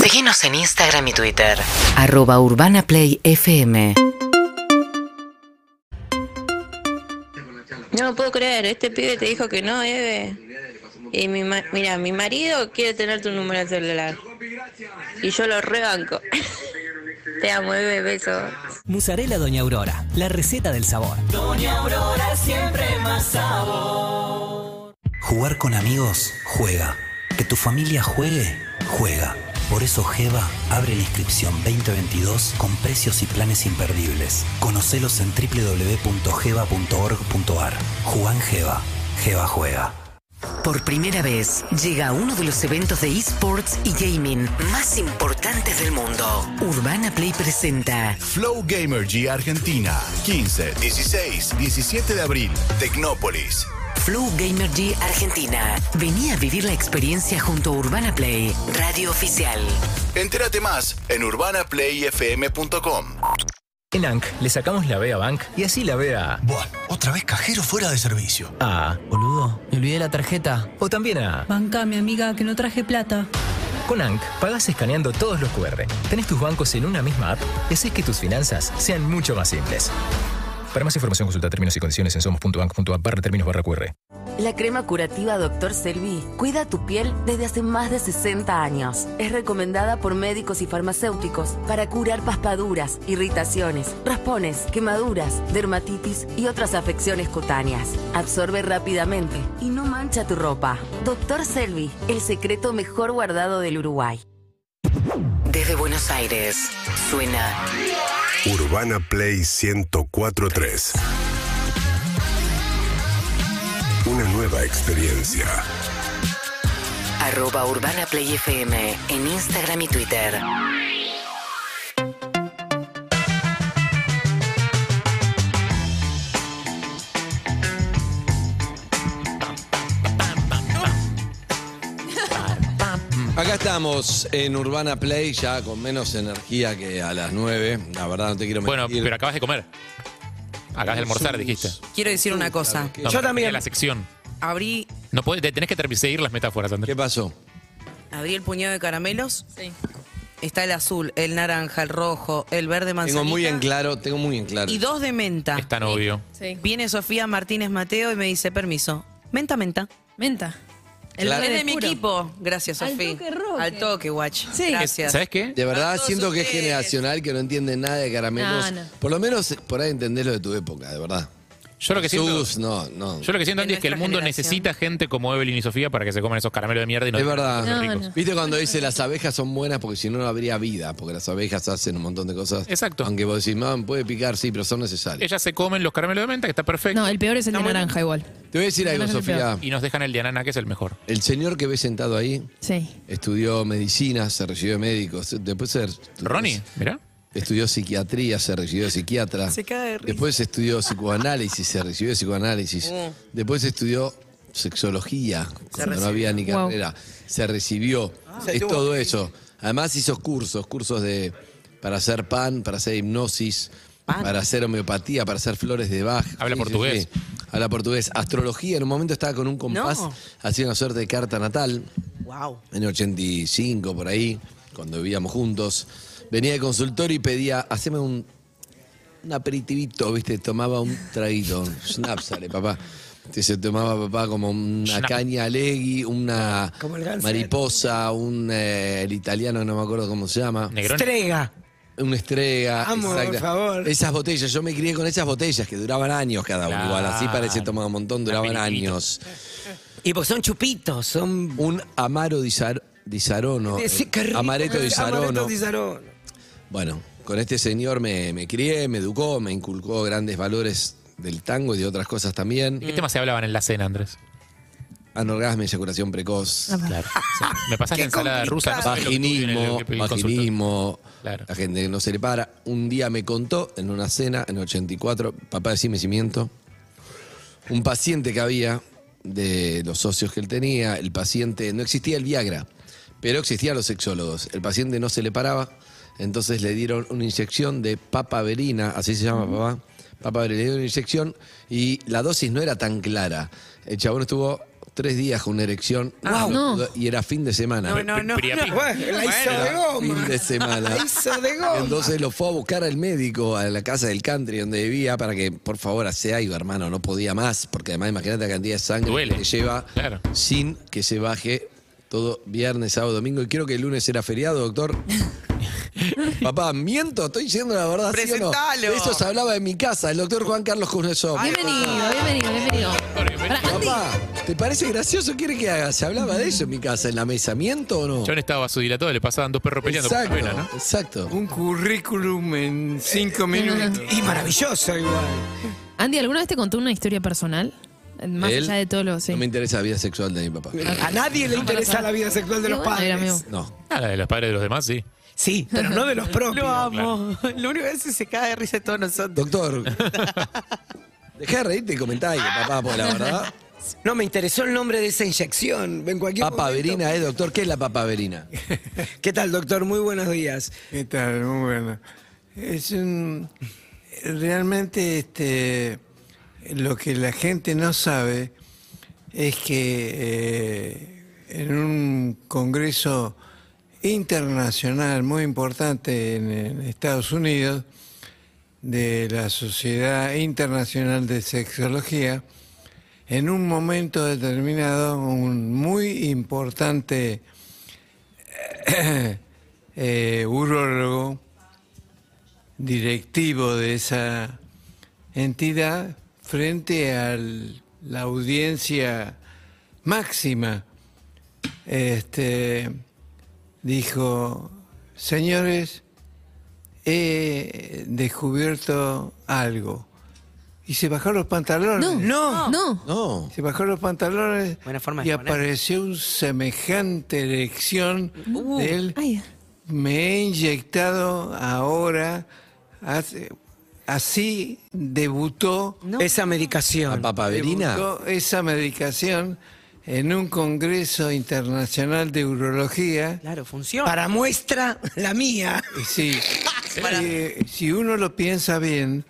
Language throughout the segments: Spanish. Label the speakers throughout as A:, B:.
A: Seguinos en Instagram y Twitter.
B: Arroba Urbana Play FM.
C: No lo puedo creer, este pibe te dijo que no, Eve. Y mi ma- mira, mi marido quiere tener tu número de celular. Y yo lo rebanco. Te amo, Eve, besos.
D: Musarela Doña Aurora, la receta del sabor. Doña Aurora siempre más sabor. Jugar con amigos, juega. Que tu familia juegue, juega. Por eso Jeva abre la inscripción 2022 con precios y planes imperdibles. Conocelos en www.jeva.org.ar. Juan Jeva. Jeva juega.
B: Por primera vez llega uno de los eventos de esports y gaming más importantes del mundo. Urbana Play presenta
E: Flow Gamergy Argentina, 15, 16, 17 de abril, Tecnópolis.
B: Flow Gamer G Argentina. Vení a vivir la experiencia junto a Urbana Play, radio oficial.
E: Entérate más en urbanaplayfm.com.
F: En ANC le sacamos la B a Bank y así la B a...
G: Buah, otra vez cajero fuera de servicio.
F: A, boludo, me olvidé la tarjeta. O también a...
H: Banca, mi amiga, que no traje plata.
F: Con ANC pagás escaneando todos los QR. Tenés tus bancos en una misma app y haces que tus finanzas sean mucho más simples. Para más información consulta términos y condiciones en somos.bank.app barra términos barra QR.
I: La crema curativa Dr. Selvi cuida tu piel desde hace más de 60 años. Es recomendada por médicos y farmacéuticos para curar paspaduras, irritaciones, raspones, quemaduras, dermatitis y otras afecciones cutáneas. Absorbe rápidamente y no mancha tu ropa. Dr. Selvi, el secreto mejor guardado del Uruguay.
B: Desde Buenos Aires, suena
J: Urbana Play 1043. Una nueva experiencia.
B: arroba Urbana Play FM en Instagram y Twitter.
K: Acá estamos en Urbana Play, ya con menos energía que a las 9. La verdad, no te quiero mentir.
L: Bueno, pero acabas de comer. Acabas de almorzar, dijiste.
M: Quiero decir una cosa.
L: No, pero tenía La sección.
M: Abrí,
L: No podés- te- tenés que ter- seguir las metáforas, Andrés.
K: ¿Qué pasó?
M: abrí el puñado de caramelos. Está el azul, el naranja, el rojo, el verde manzanita.
K: Tengo muy en claro, tengo muy en claro.
M: Y dos de menta.
L: Es tan
K: Ah,
L: obvio.
M: Viene Sofía Martínez Mateo y me dice, permiso. Menta, menta.
H: Menta.
K: El Claro.
M: Es
K: verde
M: de mi
H: puro.
M: equipo. Gracias,
H: Al
M: Sofía.
H: toque roque.
M: Al toque, guach. Gracias.
L: ¿Sabes qué?
K: De
M: Para
K: verdad,
M: todos
K: siento que es
M: ustedes.
K: generacional, que no entiende nada de caramelos.
H: No, no.
K: Por lo menos, eh, por ahí entendés lo de tu época, de verdad.
L: Yo lo que siento,
K: Sus, no, no.
L: yo lo que siento
H: De
L: Andy, es que el
H: nuestra
L: mundo
H: generación.
L: necesita gente como Evelyn y Sofía para que se coman esos caramelos de mierda y no
K: Es
L: digan que
K: verdad.
L: son
H: No,
L: ricos.
H: no.
K: ¿Viste cuando dice las abejas son buenas porque si no, no habría vida? Porque las abejas hacen un montón de cosas.
L: Exacto.
K: Aunque vos decís, man, puede picar, sí, pero son necesarias.
L: Ellas se comen los caramelos de menta, que está perfecto.
H: No, el peor es el
L: Está
H: de
L: bueno.
H: naranja igual.
K: Te voy a decir algo,
H: No, no es el peor.
K: Sofía.
L: Y nos dejan el de anana, que es el mejor.
K: El señor que ves sentado ahí,
H: Sí.
K: Estudió medicina, se recibió de médico. se- Después se-
L: Ronnie, mirá.
K: Estudió psiquiatría, se recibió de psiquiatra.
M: Se cae de risa.
K: Después estudió psicoanálisis, se recibió de psicoanálisis.
M: Mm.
K: Después estudió sexología, cuando no
M: recibió. Ah,
K: había ni
H: Wow.
K: carrera. Se recibió. es todo eso. Además hizo cursos, cursos de para hacer pan, para hacer hipnosis,
M: Pan.
K: para hacer homeopatía, para hacer flores de Bach.
L: Habla portugués.
K: Habla portugués. Astrología, en un momento estaba con un compás,
M: No.
K: hacía una suerte de carta natal
M: Wow.
K: en 85 por ahí, cuando vivíamos juntos, venía de consultorio y pedía, haceme un, un aperitivito, ¿viste? Tomaba un traguito, un schnapps, dale, papá. Entonces se tomaba papá como una
L: Schnapp.
K: caña alegui, una mariposa, un eh, el italiano, no me acuerdo cómo se llama.
L: Negrón.
K: Una estrega. por favor. Esas botellas, yo me crié con esas botellas que duraban años cada uno. Igual así
L: Claro.
K: parece tomaba un montón, duraban
L: Aperitivito.
K: años.
M: Y porque son chupitos, son
K: Un amaro di, Sar- di Sarono. eh, amaretto di Sarono. Bueno, con este señor me, me crié, me educó, me inculcó grandes valores del tango y de otras cosas también.
L: ¿De ¿Qué temas se hablaban en la cena, Andrés?
K: Anorgasmia, eyaculación precoz,
L: Claro. Me pasás la ensalada rusa. No sabés lo que tuve en el-
K: vaginismo,
L: que pedí en consulta.
K: vaginismo.
L: Claro.
K: La gente que no se le para. Un día me contó en una cena, en 84, papá decime si miento, un paciente que había de los socios que él tenía, el paciente, no existía el Viagra, pero existían los sexólogos. El paciente no se le paraba, entonces le dieron una inyección de papaverina, así se llama papá. Papaverina, le dieron una inyección y la dosis no era tan clara. El chabón estuvo tres días con una erección.
M: Ah,
K: y-
M: no.
K: Y era fin de semana.
M: No, no, no. Priapismo.
J: Bueno, la hizo ¿eh?
K: Era
J: de goma.
K: Fin de semana.
J: La hizo de goma.
K: Entonces lo fue a buscar al médico a la casa del country donde vivía para que, por favor, hace algo, hermano. No podía más, porque además imagínate la cantidad de sangre
L: Duele.
K: que lleva
L: Claro.
K: sin que se baje todo viernes, sábado, domingo. Y creo que el lunes era feriado, doctor. Papá, miento, estoy diciendo la verdad. ¿sí o no?
J: Presentalo.
K: De eso se hablaba en mi casa, el doctor Juan Carlos Kuznetsov.
H: Bienvenido, bienvenido, bienvenido. Pará, Andy,
K: Papá, ¿te parece gracioso? ¿Quiere que haga? Se hablaba de eso en mi casa, en la mesa. ¿Miento o no?
L: Yo en estado vasodilatado le pasaban dos perros peleando
K: Exacto,
L: por la pena, ¿no?
K: exacto.
J: Un currículum en cinco minutos. Y maravilloso igual.
C: Andy, ¿alguna vez te contó una historia personal? Más
K: ¿De él?
C: allá de todo lo. Sí.
K: No me interesa la vida sexual de mi papá.
J: A nadie le interesa la vida sexual de los
C: bueno, era
J: padres.
K: No.
L: Ah, la de los padres de los demás, sí.
J: Sí, pero no de los propios.
D: Lo amo. Lo único que hace es se cae de risa de todos nosotros.
K: Doctor, dejá de reírte y comentá algo, papá, porque la verdad.
J: No me interesó el nombre de esa inyección. En cualquier momento.
K: Papaverina, ¿eh, doctor? ¿Qué es la papaverina?
J: ¿Qué tal, doctor? Muy buenos días. ¿Qué tal? Muy bueno. Es un. Realmente, este. Lo que la gente no sabe es que eh, en un congreso internacional muy importante en, en Estados Unidos de la Sociedad Internacional de Sexología, en un momento determinado, un muy importante eh, urólogo, directivo de esa entidad, frente a la audiencia máxima, este, dijo, señores, he descubierto algo. Y se bajó los pantalones.
H: No, no.
K: No.
J: Se bajó los pantalones
D: Buena forma
J: y
D: de poner.
J: apareció un semejante erección
H: Uh,
J: de él.
H: ay.
J: Me he inyectado ahora, hace- así debutó
D: Esa medicación.
K: ¿La papaverina?
J: debutó esa medicación en un congreso internacional de urología.
D: Claro, funciona.
J: Para muestra,
D: la mía.
J: y Sí. Eh, si uno lo piensa bien,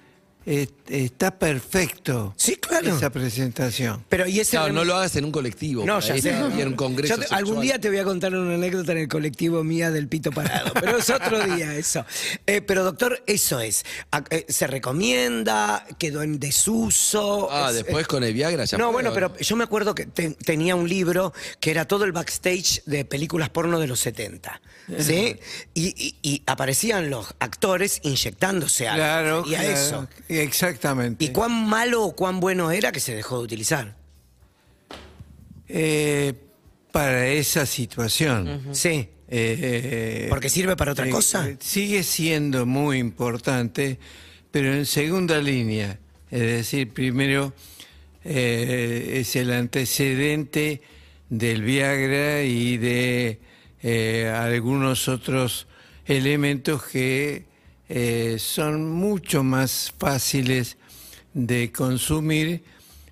J: eh, está perfecto
D: Sí, claro.
J: esa presentación.
D: Pero y ese
K: Claro, no lo hagas en un colectivo.
J: No,
K: por
J: ya
K: ahí
J: sé.
K: está, Y en un congreso.
D: Yo te-
K: sexual.
D: algún día te voy a contar una anécdota en el colectivo mía del pito parado, pero es otro día eso. Eh, pero doctor, eso es. A- eh, ¿Se recomienda? ¿Quedó en desuso?
K: Ah,
D: Es-
K: después con el Viagra ya
D: No,
K: fue,
D: bueno,
K: ¿o
D: pero
K: no?
D: yo me acuerdo que te- tenía un libro que era todo el backstage de películas porno de los 70. ¿Sí? Y, y- y aparecían los actores inyectándose algo.
J: Claro,
D: y a
J: claro,
D: eso.
J: Exactamente.
D: ¿Y cuán malo o cuán bueno era que se dejó de utilizar?
J: Eh, para esa situación.
D: Sí.
J: Eh,
D: Porque sirve para otra
J: eh,
D: cosa.
J: eh, Sigue siendo muy importante, pero en segunda línea. Es decir, primero eh, es el antecedente del Viagra y de eh, algunos otros elementos que eh, son mucho más fáciles de consumir,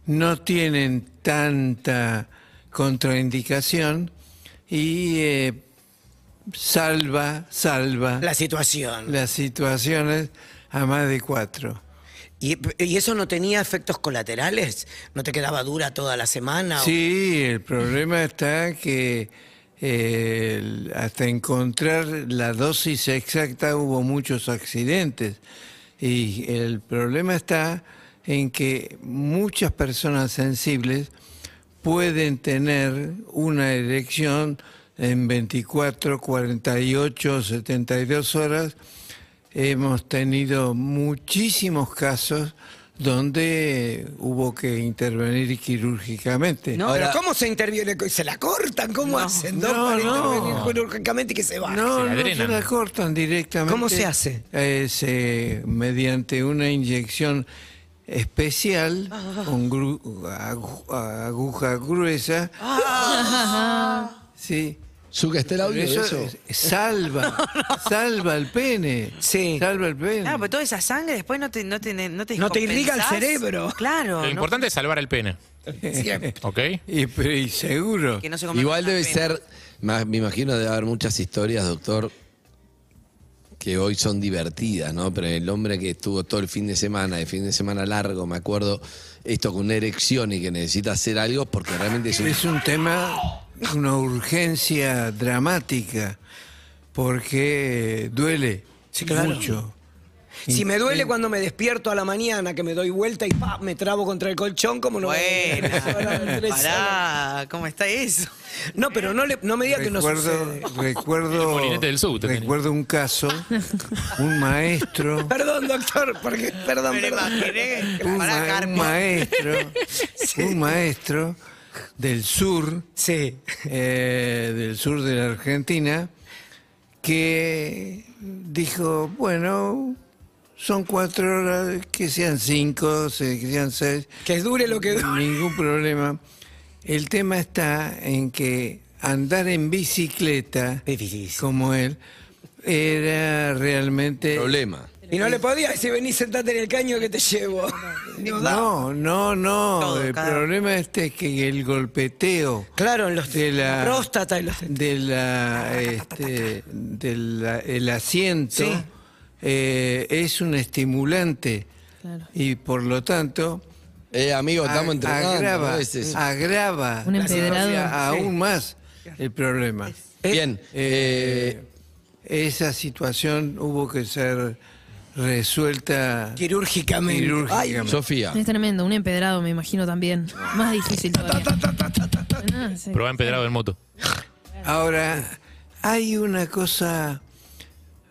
J: no tienen tanta contraindicación y eh, salva, salva
D: La situación.
J: las situaciones a más de cuatro.
D: ¿Y, y eso no tenía efectos colaterales? ¿No te quedaba dura toda la semana?
J: Sí, el problema está que eh, el- hasta encontrar la dosis exacta hubo muchos accidentes. Y el problema está en que muchas personas sensibles pueden tener una erección en 24, 48, 72 horas. Hemos tenido muchísimos casos donde hubo que intervenir quirúrgicamente.
D: No,
K: Ahora-
D: pero ¿cómo se interviene? ¿Se la cortan? ¿Cómo hacen? No,
J: No,
D: para
J: no.
D: intervenir quirúrgicamente que Ah, se baje.
J: No,
L: la
J: no se
L: drenan.
J: la cortan directamente.
D: ¿Cómo se hace?
J: Eh, se- mediante una inyección especial
D: Ah.
J: con gru- agu- aguja gruesa.
D: Ah.
J: Sí.
K: Zucca, ¿está el audio de
J: Eso
K: eso?
J: es- salva, salva el pene.
D: Sí. Ah, pues
J: Salva el pene.
N: Claro, pero toda esa sangre después no te no te no te,
D: No te irriga el
N: descompensás.
D: cerebro.
N: Claro.
L: Lo
N: no-
L: importante es salvar el pene. ¿Ok?
J: Y, pero- y seguro.
N: que no se convierta
K: Igual
N: en una
K: debe
N: pena.
K: ser, ma- me imagino debe haber muchas historias, doctor, que hoy son divertidas, ¿no? Pero el hombre que estuvo todo el fin de semana, el fin de semana largo, me acuerdo, esto con una erección y que necesita hacer algo porque realmente es un...
J: Es un tema, una urgencia dramática, porque duele
D: claro.
J: mucho.
D: Si me duele cuando me despierto a la mañana, que me doy vuelta y pa, me trabo contra el colchón, como no
M: Buena.
D: me
M: Pará, ¿cómo está eso?
D: No, pero no, le- no me diga que no
J: Recuerdo,
D: sucede.
J: recuerdo, recuerdo un caso, un maestro,
D: Perdón, doctor, porque, perdón, perdón.
J: un, ma- un maestro, un maestro del sur, eh, del sur de la Argentina, que dijo, bueno, son cuatro horas, que sean cinco, se- que sean seis.
D: Que dure lo que dure.
J: Ningún problema. El tema está en que andar en bicicleta, como él, era realmente...
K: Problema.
D: Y no le podía decir, vení, sentate en el caño que te llevo. No, da.
J: No, no, no. el problema este es que el golpeteo.
D: Claro, en los
J: de la
D: próstata y los-
J: de la este del el asiento eh, es un estimulante y por lo tanto
K: Eh, amigo, estamos
J: a-
K: entrenando.
J: agrava
K: ¿no? Es eso.
J: agrava
C: Un
J: la
C: empedrado.
J: situación aún
C: Sí.
J: más el problema.
K: Bien.
J: Eh, esa situación hubo que ser resuelta
D: Quirúrgicamente.
J: quirúrgicamente.
K: Ay, Sofía.
C: Es tremendo, un empedrado me imagino también. Más difícil todavía. Ah, sí.
L: Probá empedrado en moto.
J: Ahora, hay una cosa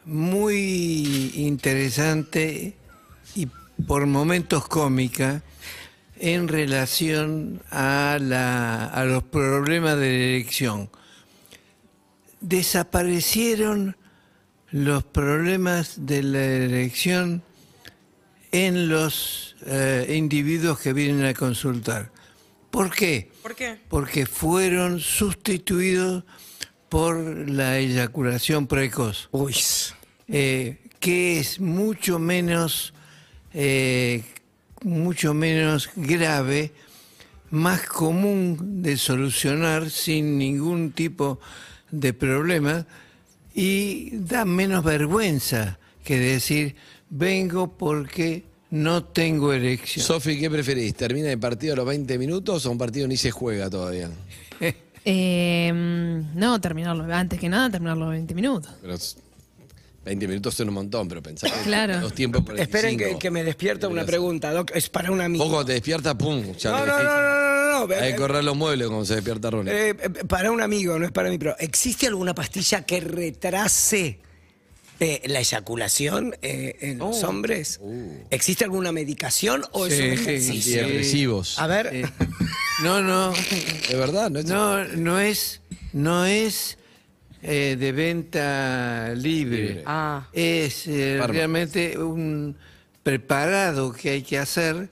J: muy interesante y por momentos cómica en relación a, la- a los problemas de la elección. Desaparecieron los problemas de la elección en los eh, individuos que vienen a consultar. ¿Por qué?
N: ¿Por qué?
J: porque fueron sustituidos por la eyaculación precoz, eh, que es mucho menos, eh, mucho menos grave, más común de solucionar sin ningún tipo de problema y da menos vergüenza que decir vengo porque no tengo erección.
K: Sofi, ¿qué preferís? ¿Termina el partido a los 20 minutos o un partido ni se juega todavía?
C: Eh, mm, no, terminarlo. Antes que nada, terminarlo 20 minutos.
K: Pero es- 20 minutos son un montón, pero pensá que
C: Claro.
K: los tiempos
D: Esperen que,
K: 45.
D: que me despierta una pregunta, doc, es para un amigo.
K: Vos cuando te despiertas, pum, ya
D: No,
K: le-
D: no, no, no, no, no, no.
K: Hay que correr los muebles cuando se despierta Ronnie.
D: Eh, eh, para un amigo, no es para mí, pero ¿existe alguna pastilla que retrase eh, la eyaculación eh, en los
K: Oh.
D: hombres? ¿Existe alguna medicación o es
J: Sí,
D: un
J: sí,
D: ejercicio?
K: Antidepresivos.
D: A ver,
J: Eh, no, no.
K: De verdad, no es-
J: No, no es, no es eh, de venta libre.
M: Ah.
J: Es eh,
K: Fármaco.
J: realmente un preparado que hay que hacer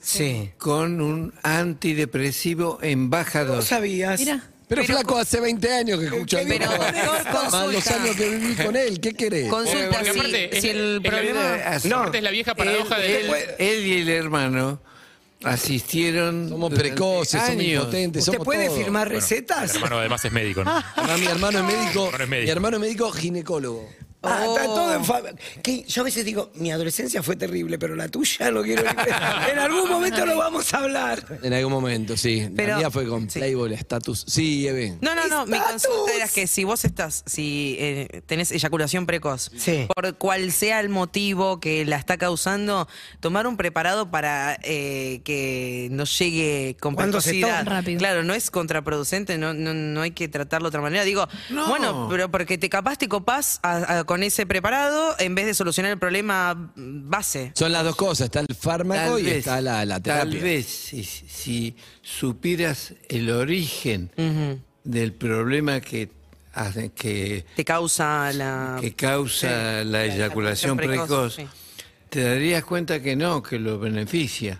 J: con un antidepresivo en baja
D: no
J: dosis.
D: sabías.
C: Mira,
K: Pero, flaco, hace 20 años que escucho
D: ¿Qué
K: el
D: pero-
K: programa. Más los
M: consulta.
K: años que viví con él, ¿qué querés?
M: Consulta
L: Porque
M: si,
L: aparte,
M: si
L: es-
M: el
L: es la
M: problema...
L: vida-
J: No.
L: aparte es la vieja paradoja
J: él,
L: de...
J: él- él y el hermano asistieron.
K: Somos
J: durante
K: precoces, somos
J: años.
K: impotentes,
D: ¿Usted
K: somos
D: puede
K: todo.
D: firmar
L: Bueno,
D: recetas?
L: El hermano además es médico, ¿no?
K: Ah, mi hermano es médico.
L: Hermano es médico.
K: Mi hermano es médico ginecólogo.
D: Ah, está
C: Oh.
K: Oh.
D: todo en fa- que Yo a veces digo, mi adolescencia fue terrible, pero la tuya no quiero ni pensar. En algún momento lo vamos a hablar.
K: En algún momento, sí.
M: Pero-
K: la mía fue con Playboy, Status. Sí, Eve.
M: No, no, no. Mi
D: Estatus.
M: consulta era que si vos estás, si eh, tenés eyaculación precoz,
D: Sí.
M: por cual sea el motivo que la está causando, tomar un preparado para eh, que no llegue con
D: Cuando se
M: precocidad.
C: toma. Rápido.
M: Claro, no es contraproducente, no, no, no hay que tratarlo de otra manera. Digo,
J: No.
M: bueno, pero porque te capaz te copás a- a- con ese preparado en vez de solucionar el problema mm, base.
K: Son las dos cosas, está el fármaco y está la, la terapia.
J: Tal vez si, si supieras el origen
M: Ujú.
J: del problema que, hace- que,
M: Te causa la.
J: que causa
M: sí,
J: la eyaculación precoz,
M: sí.
J: te darías cuenta que no, que lo beneficia.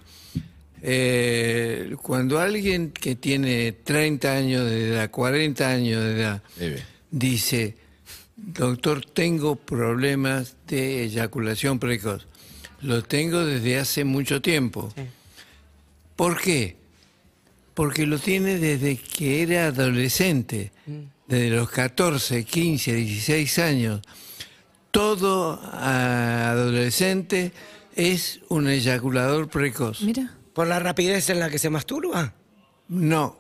J: Eh, cuando alguien que tiene 30 años de edad, 40 años de edad,
K: Eve.
J: dice, doctor, tengo problemas de eyaculación precoz. Lo tengo desde hace mucho tiempo. ¿Por qué? Porque lo tiene desde que era Mm. adolescente, desde los 14, 15, 16 años. todo ah, adolescente es un eyaculador precoz.
C: Mira.
D: ¿Por la rapidez en la que se masturba?
J: No,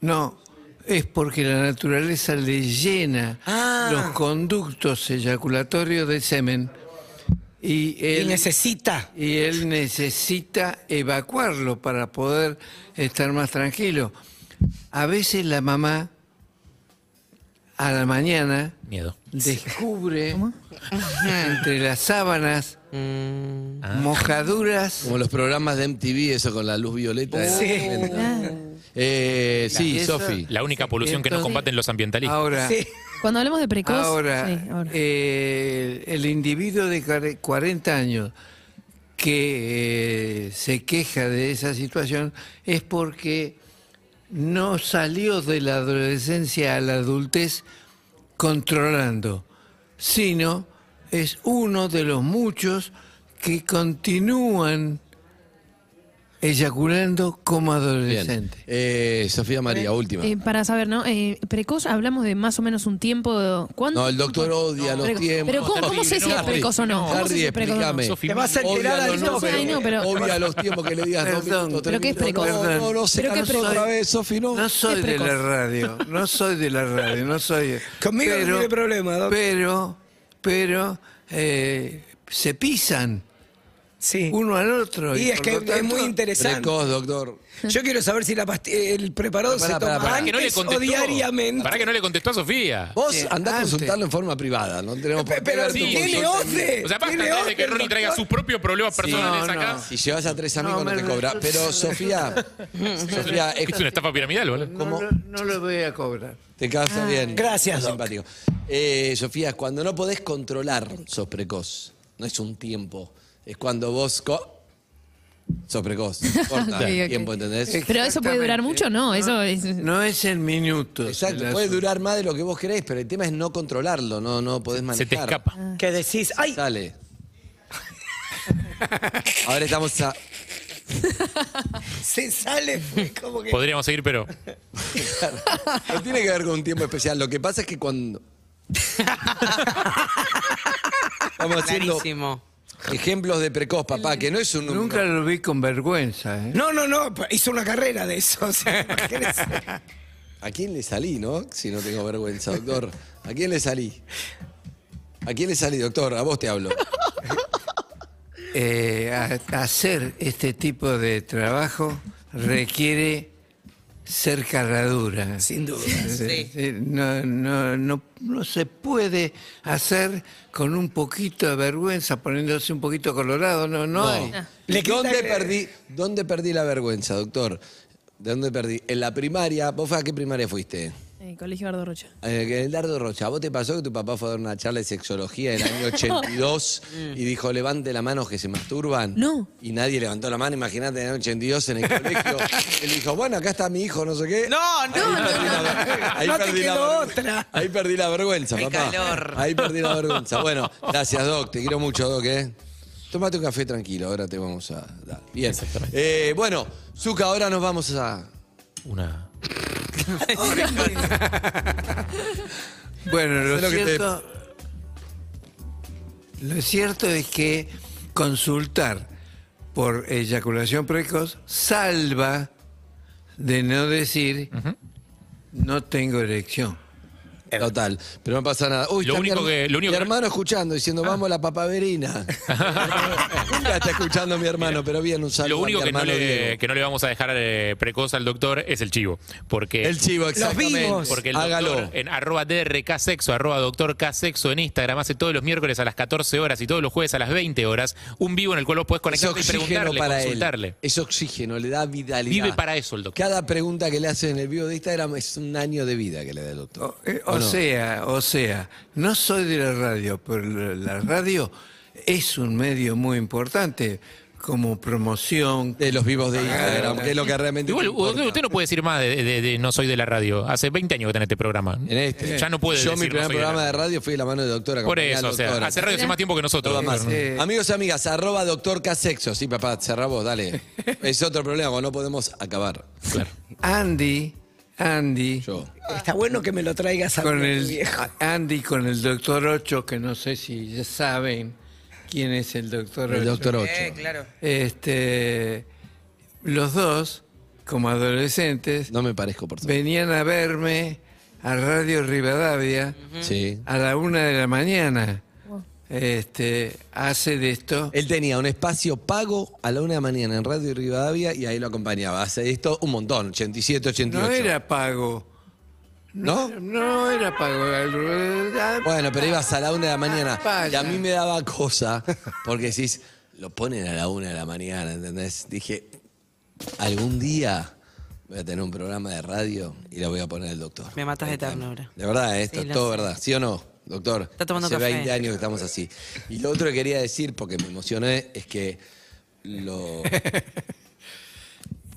J: no. Es porque la naturaleza le llena
D: Ah.
J: los conductos eyaculatorios de semen. Y, él,
D: necesita.
J: Y él necesita evacuarlo para poder estar más tranquilo. A veces la mamá a la mañana
L: Miedo.
J: descubre entre las sábanas mojaduras
K: Como los programas de MTV, eso con la luz violeta.
J: Sí.
C: Ah.
K: Eh, sí, Sofi.
L: La única polución que no
J: Entonces-
L: combaten los ambientalistas.
M: Ah.
J: Ahora,
C: Cuando hablemos de precoz.
J: ahora,
C: sí, ahora.
J: eh, el individuo de care- 40 años que eh, se queja de esa situación es porque no salió de la adolescencia a la adultez controlando, sino es uno de los muchos que continúan eyaculando como adolescentes.
K: Eh, Sofía María, última.
C: Eh, para saber, ¿no? Eh, precoz hablamos de más o menos un tiempo. ¿Cuánto?
K: No, el doctor odia los
C: Pero-
K: tiempos.
C: pero ¿cómo- cómo sé si es
K: Harry,
C: precoz o no? ¿Cómo sé
K: Harry,
C: si es precoz o no?
K: explícame.
C: Te vas a enterar
K: Odia
C: al
K: los
C: tope. Ay, no, pero-
K: Odia los tiempos que le digas dos
J: Perdón.
K: minutos, tres
C: Pero que es
K: minutos.
C: precoz.
K: No, no, no, sé,
C: Pero que es
K: no, otra
C: precoz.
K: vez, Sofi, no.
J: No soy
C: Es
J: de la
C: precoz.
J: radio, no soy de la radio, no soy.
D: Conmigo no tiene problema, doc.
J: Pero, pero, eh, se pisan
D: Sí.
J: uno al otro.
D: Y es
J: por
D: que
J: lo
D: es
J: tanto,
D: muy interesante.
K: Precoz, doctor.
D: Yo quiero saber si la pasti- el preparado
K: Pará,
D: se toma
K: pará, pará.
L: Que
D: antes
L: no le
D: o
L: contestó.
D: diariamente.
L: Para que no le contestó a Sofía.
K: Vos
J: Sí,
K: andá a
J: antes.
K: consultarlo en forma privada, no tenemos por qué
D: Pero
K: ver tu
L: sí,
D: tiene
K: consulta.
D: once.
L: O sea, basta
D: tiene
L: antes de que
D: once,
L: Ronnie traiga
D: doctor.
L: sus propios problemas personales
J: no,
L: acá.
K: Si llevas a tres
J: No,
K: amigos no,
J: me
K: te cobra.
J: resulta-
K: Pero Sofía, Sofía, es-
L: Es una estafa piramidal, ¿vale?
J: No, lo, no lo voy a cobrar.
K: te casa bien.
D: Gracias,
K: Estás
D: Doc.
K: simpático. Eh, Sofía, cuando no podés controlar, sos precoz. No es un tiempo. Es cuando vos co- sos precoz. Corta
C: Ok, ok.
K: tiempo, ¿entendés?
C: Pero eso puede durar mucho, ¿no? Eso es.
J: No es el minuto.
K: Exacto,
J: el
K: puede
J: asunto.
K: durar más de lo que vos querés, pero el tema es no controlarlo, no, no podés
L: Se
K: manejar.
L: te escapa.
D: Que decís, ay,
K: Sale. Ahora estamos a.
D: se sale. fue Como que...
L: Podríamos seguir, pero.
K: No tiene que ver con un tiempo especial. Lo que pasa es que cuando. Estamos haciendo
M: Clarísimo.
K: ejemplos de precoz, papá, que no es un número.
J: Nunca lo vi con vergüenza. ¿eh?
D: No, no, no, pa- hizo una carrera de eso. o sea, imagínense.
K: ¿A quién le salí, no? Si no tengo vergüenza, doctor. ¿A quién le salí? ¿A quién le salí, doctor? A vos te hablo.
J: Eh, a- hacer este tipo de trabajo requiere ser carradura.
D: Sin duda.
J: Sí, sí, No, no, no, no se puede hacer con un poquito de vergüenza, poniéndose un poquito colorado, no, no, Ah. hay.
D: Le quita-
K: ¿Dónde, perdí, ¿Dónde perdí la vergüenza, doctor? ¿De dónde perdí? En la primaria, ¿vos a qué primaria fuiste?
C: Eh, Colegio Bardo Rocha.
K: En el Eh, Dardo Rocha, ¿a vos te pasó que tu papá fue a dar una charla de sexología del año 82 y dijo, levante la mano que se masturban?
C: No.
K: Y nadie levantó la mano, imagínate, en el 82 en el colegio. Él dijo, bueno, acá está mi hijo, no sé qué.
M: No, no,
K: Ahí
M: no,
K: perdí la ver- ahí
D: No te
K: perdí la
D: quedó
K: vergüenza.
D: otra.
K: Ahí perdí la vergüenza,
M: Qué
K: papá.
M: calor.
K: Ahí perdí la vergüenza. Bueno, gracias, Doc. Te quiero mucho, Doc, ¿eh? Tomate un café tranquilo, ahora te vamos a dar. Bien. Eh, bueno, Zuka, ahora nos vamos a.
L: Una.
J: Bueno, lo
K: Sé lo que te-
J: cierto, lo cierto es que consultar por eyaculación precoz salva de no decir no tengo erección.
K: Total, pero no pasa nada. Uy,
L: Eh. Lo
K: está mi
L: único
K: her-
L: que- lo único
K: mi
L: que- Ah.
K: hermano escuchando, diciendo, vamos a la papaverina. Nunca está escuchando mi hermano, pero bien, un saludo.
L: Lo
K: a mi
L: único que no,
K: hermano
L: le,
K: Diego.
L: que no le vamos a dejar eh, precoz al doctor es el chivo. Porque
K: El chivo, exactamente.
D: vivos.
L: Porque el
K: Hágalo.
L: doctor en arroba drksexo, arroba doctorksexo en Instagram hace todos los miércoles a las 14 horas y todos los jueves a las 20 horas un vivo en el cual vos podés
K: Es
L: conectarte y
K: oxígeno
L: preguntarle,
K: para
L: consultarle.
K: él. Es oxígeno, le da vitalidad.
L: Vive para eso el doctor.
K: Cada pregunta que le hacen en el vivo de Instagram es un año de vida que le da el
J: O,
K: doctor.
J: eh, o
K: no?
J: sea, o sea, no soy de la radio, pero la la radio es un medio muy importante como promoción.
K: De los vivos de Instagram, que es lo que realmente.
L: Igual,
K: te importa.
L: usted, usted no puede decir más de, de- de no soy de la radio. Hace 20 años que tenés este programa.
K: En este.
L: Ya no puede
K: Yo,
L: decir
K: mi
L: no
K: primer
L: soy de la
K: programa de
L: radio.
K: radio fui de la mano de doctora.
L: Por
K: acompañé a
L: eso,
K: la
L: o sea,
K: doctora.
L: hace radio hace más tiempo que nosotros.
K: Todo más.
J: Eh,
K: Amigos y amigas, arroba doctor Casexos. Sí, papá, cerrá vos, dale. es otro problema, no podemos acabar.
L: Claro.
J: Andy, Andy.
D: Está bueno que me lo traigas a
J: Con
D: mí,
J: el,
D: viejo.
J: Andy con el doctor Ocho, que no sé si ya saben quién es el doctor Ocho.
K: El Dr. Ocho.
N: Eh, claro.
J: Este, los dos, como adolescentes,
K: No me parezco, por favor.
J: venían a verme a Radio Rivadavia
K: Sí.
J: a la una de la mañana. Este, hace de esto.
K: Él tenía un espacio pago a la una de la mañana en Radio Rivadavia y ahí lo acompañaba. Hace de esto un montón, 87, 88.
J: No era pago.
K: ¿No?
J: No era pago.
K: Bueno, pero ibas a la una de la mañana.
J: Vaya.
K: Y a mí me daba cosa, porque decís, lo ponen a la una de la mañana, ¿entendés? Dije, algún día voy a tener un programa de radio y la voy a poner el doctor.
N: Me matas de ternura.
K: De verdad, ¿eh? esto
N: Sí,
K: es
N: lo
K: todo
N: sé.
K: verdad, ¿sí o no, doctor? Está
N: tomando
K: Hace
N: café.
K: 20 años que estamos así. Y lo otro que quería decir, porque me emocioné, es que lo...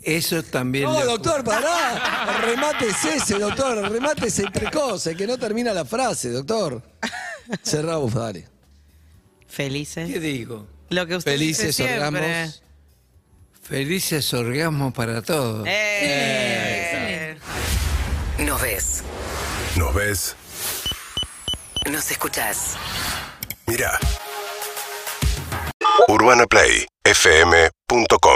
J: Eso también.
K: No,
J: le
K: doctor, pará. Remates ese, doctor. Remates el precoz, el que no termina la frase, doctor. Cerramos, dale.
N: Felices.
J: ¿Qué digo?
N: Lo que usted
K: Felices
N: dice siempre.
K: orgasmos.
J: Felices orgasmos para todos.
N: Eh.
A: Nos ves,
O: Nos ves,
A: nos escuchás.
O: mira. UrbanaPlayFM.com